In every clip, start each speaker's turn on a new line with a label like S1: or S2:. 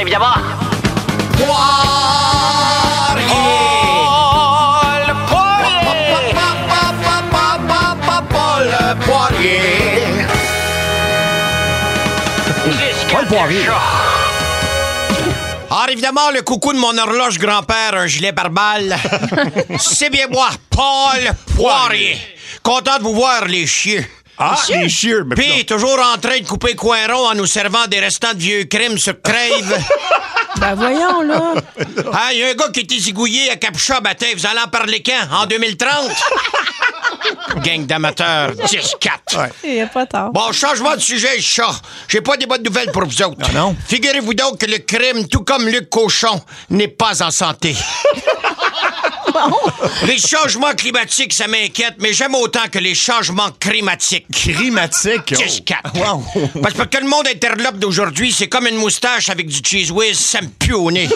S1: évidemment.
S2: Paul Poirier.
S3: Alors Ah, évidemment, le coucou de mon horloge grand-père, un gilet pare-balles. C'est bien moi, Paul Poirier. Content de vous voir, les chiens.
S2: Ah, les chiens, mais
S3: Puis, toujours en train de couper coin rond en nous servant des restants de vieux crimes sur crève.
S4: Ben voyons, là.
S3: Ah, il y a un gars qui était zigouillé à Capcha, matin, vous allez en parler quand? En 2030? Gang d'amateurs, 10-4.
S4: Il n'y a pas tard.
S3: Bon, changement de sujet, chat. J'ai pas des bonnes nouvelles pour vous autres.
S2: Ah, non?
S3: Figurez-vous donc que le crime, tout comme le cochon, n'est pas en santé. Les changements climatiques, ça m'inquiète, mais j'aime autant que les changements climatiques.
S2: Climatique. oh.
S3: 10-4.
S2: Wow.
S3: Parce que le monde interlope d'aujourd'hui, c'est comme une moustache avec du cheese whiz, ça me pue au nez.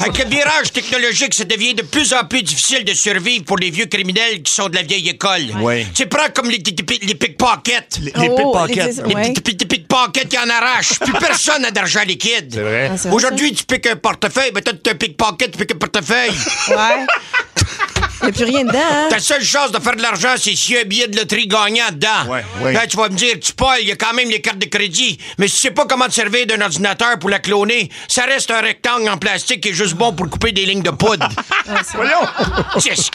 S3: Avec le virage technologique, ça devient de plus en plus difficile de survivre pour les vieux criminels qui sont de la vieille école.
S2: Ouais.
S3: Tu prends comme les, les pickpockets.
S2: Les- Les
S4: Oh,
S2: pickpockets.
S4: les-
S2: oui.
S4: ouais.
S3: Les petits petits pickpockets qui en arrachent. Plus personne n'a d'argent liquide.
S2: C'est vrai.
S4: Ah, c'est vrai,
S3: Aujourd'hui, tu piques un portefeuille, mais toi, tu un pickpocket, tu piques un portefeuille.
S4: Ouais. Il n'y a plus rien dedans, hein?
S3: Ta seule chance de faire de l'argent, c'est s'il y a un billet de loterie gagnant dedans.
S2: Ouais, ouais.
S3: Là, tu vas me dire, tu Paul, il y a quand même les cartes de crédit, mais si tu sais pas comment te servir d'un ordinateur pour la cloner, ça reste un rectangle en plastique qui est juste bon pour couper des lignes de poudre.
S2: Voyons.
S3: 10-4.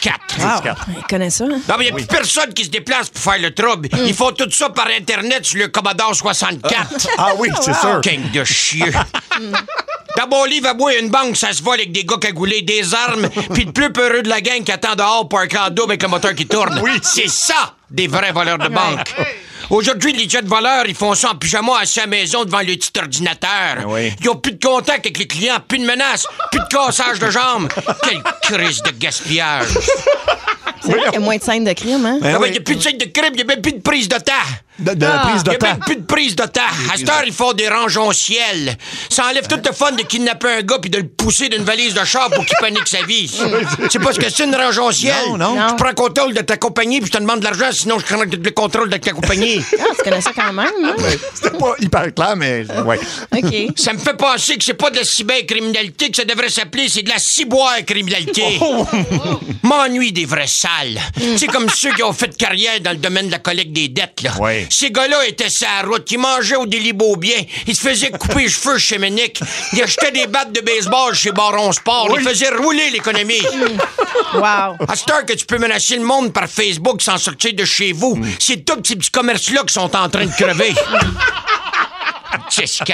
S4: Il connaît ça, hein?
S3: Non, mais il n'y a plus personne qui se déplace pour faire le trouble.
S4: Mm.
S3: Ils font tout ça par Internet sur le Commodore 64.
S2: Ah oui, c'est sûr.
S3: Gang de chieux. Dans mon livre à bois, une banque, ça se vole avec des gars cagoulés, des armes, puis le plus peureux de la gang qui attend dehors pour un cadeau avec le moteur qui tourne. Oui. C'est ça, des vrais voleurs de banque. Aujourd'hui, les jeunes voleurs, ils font ça en pyjama assis à la maison devant le petit ordinateur.
S2: Oui.
S3: Ils ont plus de contact avec les clients, plus de menaces, plus de cassage de jambes. Quelle crise de gaspillage.
S4: C'est vrai qu'il y a moins de scènes de crime, hein?
S3: Ah ouais, Il n'y a plus de scène de crime, il n'y a même plus de prise de temps.
S2: De, de la prise
S3: Il
S2: de
S3: n'y a
S2: temps.
S3: même plus de prise de temps. À cette heure, ils font des rangeons ciel. Ça enlève tout le fun de kidnapper un gars puis de le pousser d'une valise de char pour qu'il panique sa vie. C'est pas ce que c'est une rangeon ciel.
S2: Non, non.
S4: Non.
S3: Tu prends contrôle de ta compagnie puis je te demande de l'argent, sinon je prends le contrôle de ta compagnie.
S4: Ah, tu connais ça quand même, hein?
S2: Ouais, C'était pas hyper clair, mais ouais.
S4: OK.
S3: ça me fait penser que c'est pas de la cybercriminalité que ça devrait s'appeler, c'est de la cyboire-criminalité. M'ennuie des vrais sales. C'est comme ceux qui ont fait carrière dans le domaine de la collecte des dettes. Là.
S2: Ouais.
S3: Ces gars-là étaient sur la route, ils mangeaient au Delibo bien, ils se faisaient couper les cheveux chez Ménic, ils achetaient des battes de baseball chez Baron Sport, ils faisaient rouler l'économie.
S4: Wow.
S3: À cette heure que tu peux menacer le monde par Facebook sans sortir de chez vous, c'est tous ces petits commerces-là qui sont en train de crever. 10-4.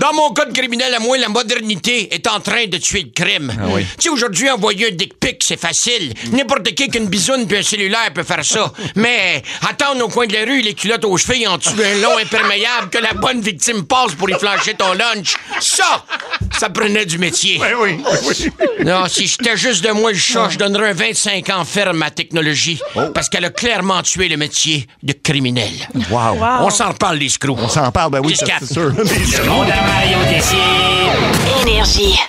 S3: Dans mon code criminel, à moi, la modernité est en train de tuer le crime. Tu sais, aujourd'hui, envoyer un dick pic, c'est facile. N'importe qui qu'une bisoune puis un cellulaire peut faire ça. Mais attendre au coin de la rue, les culottes aux chevilles en dessous d'un long imperméable que la bonne victime passe pour y flancher ton lunch, ça, ça prenait du métier.
S2: Ben oui, ben oui.
S3: Non, si j'étais juste de moi le chat, je donnerais un 25 ans ferme à technologie. Parce qu'elle a clairement tué le métier de criminel.
S2: Wow.
S4: Wow.
S3: Ah. On s'en reparle, les screws.
S2: On s'en parle, ben oui, ça,
S3: Jusqu'à-
S2: c'est sûr.
S1: Le monde à Mario Tessier.
S5: Énergie.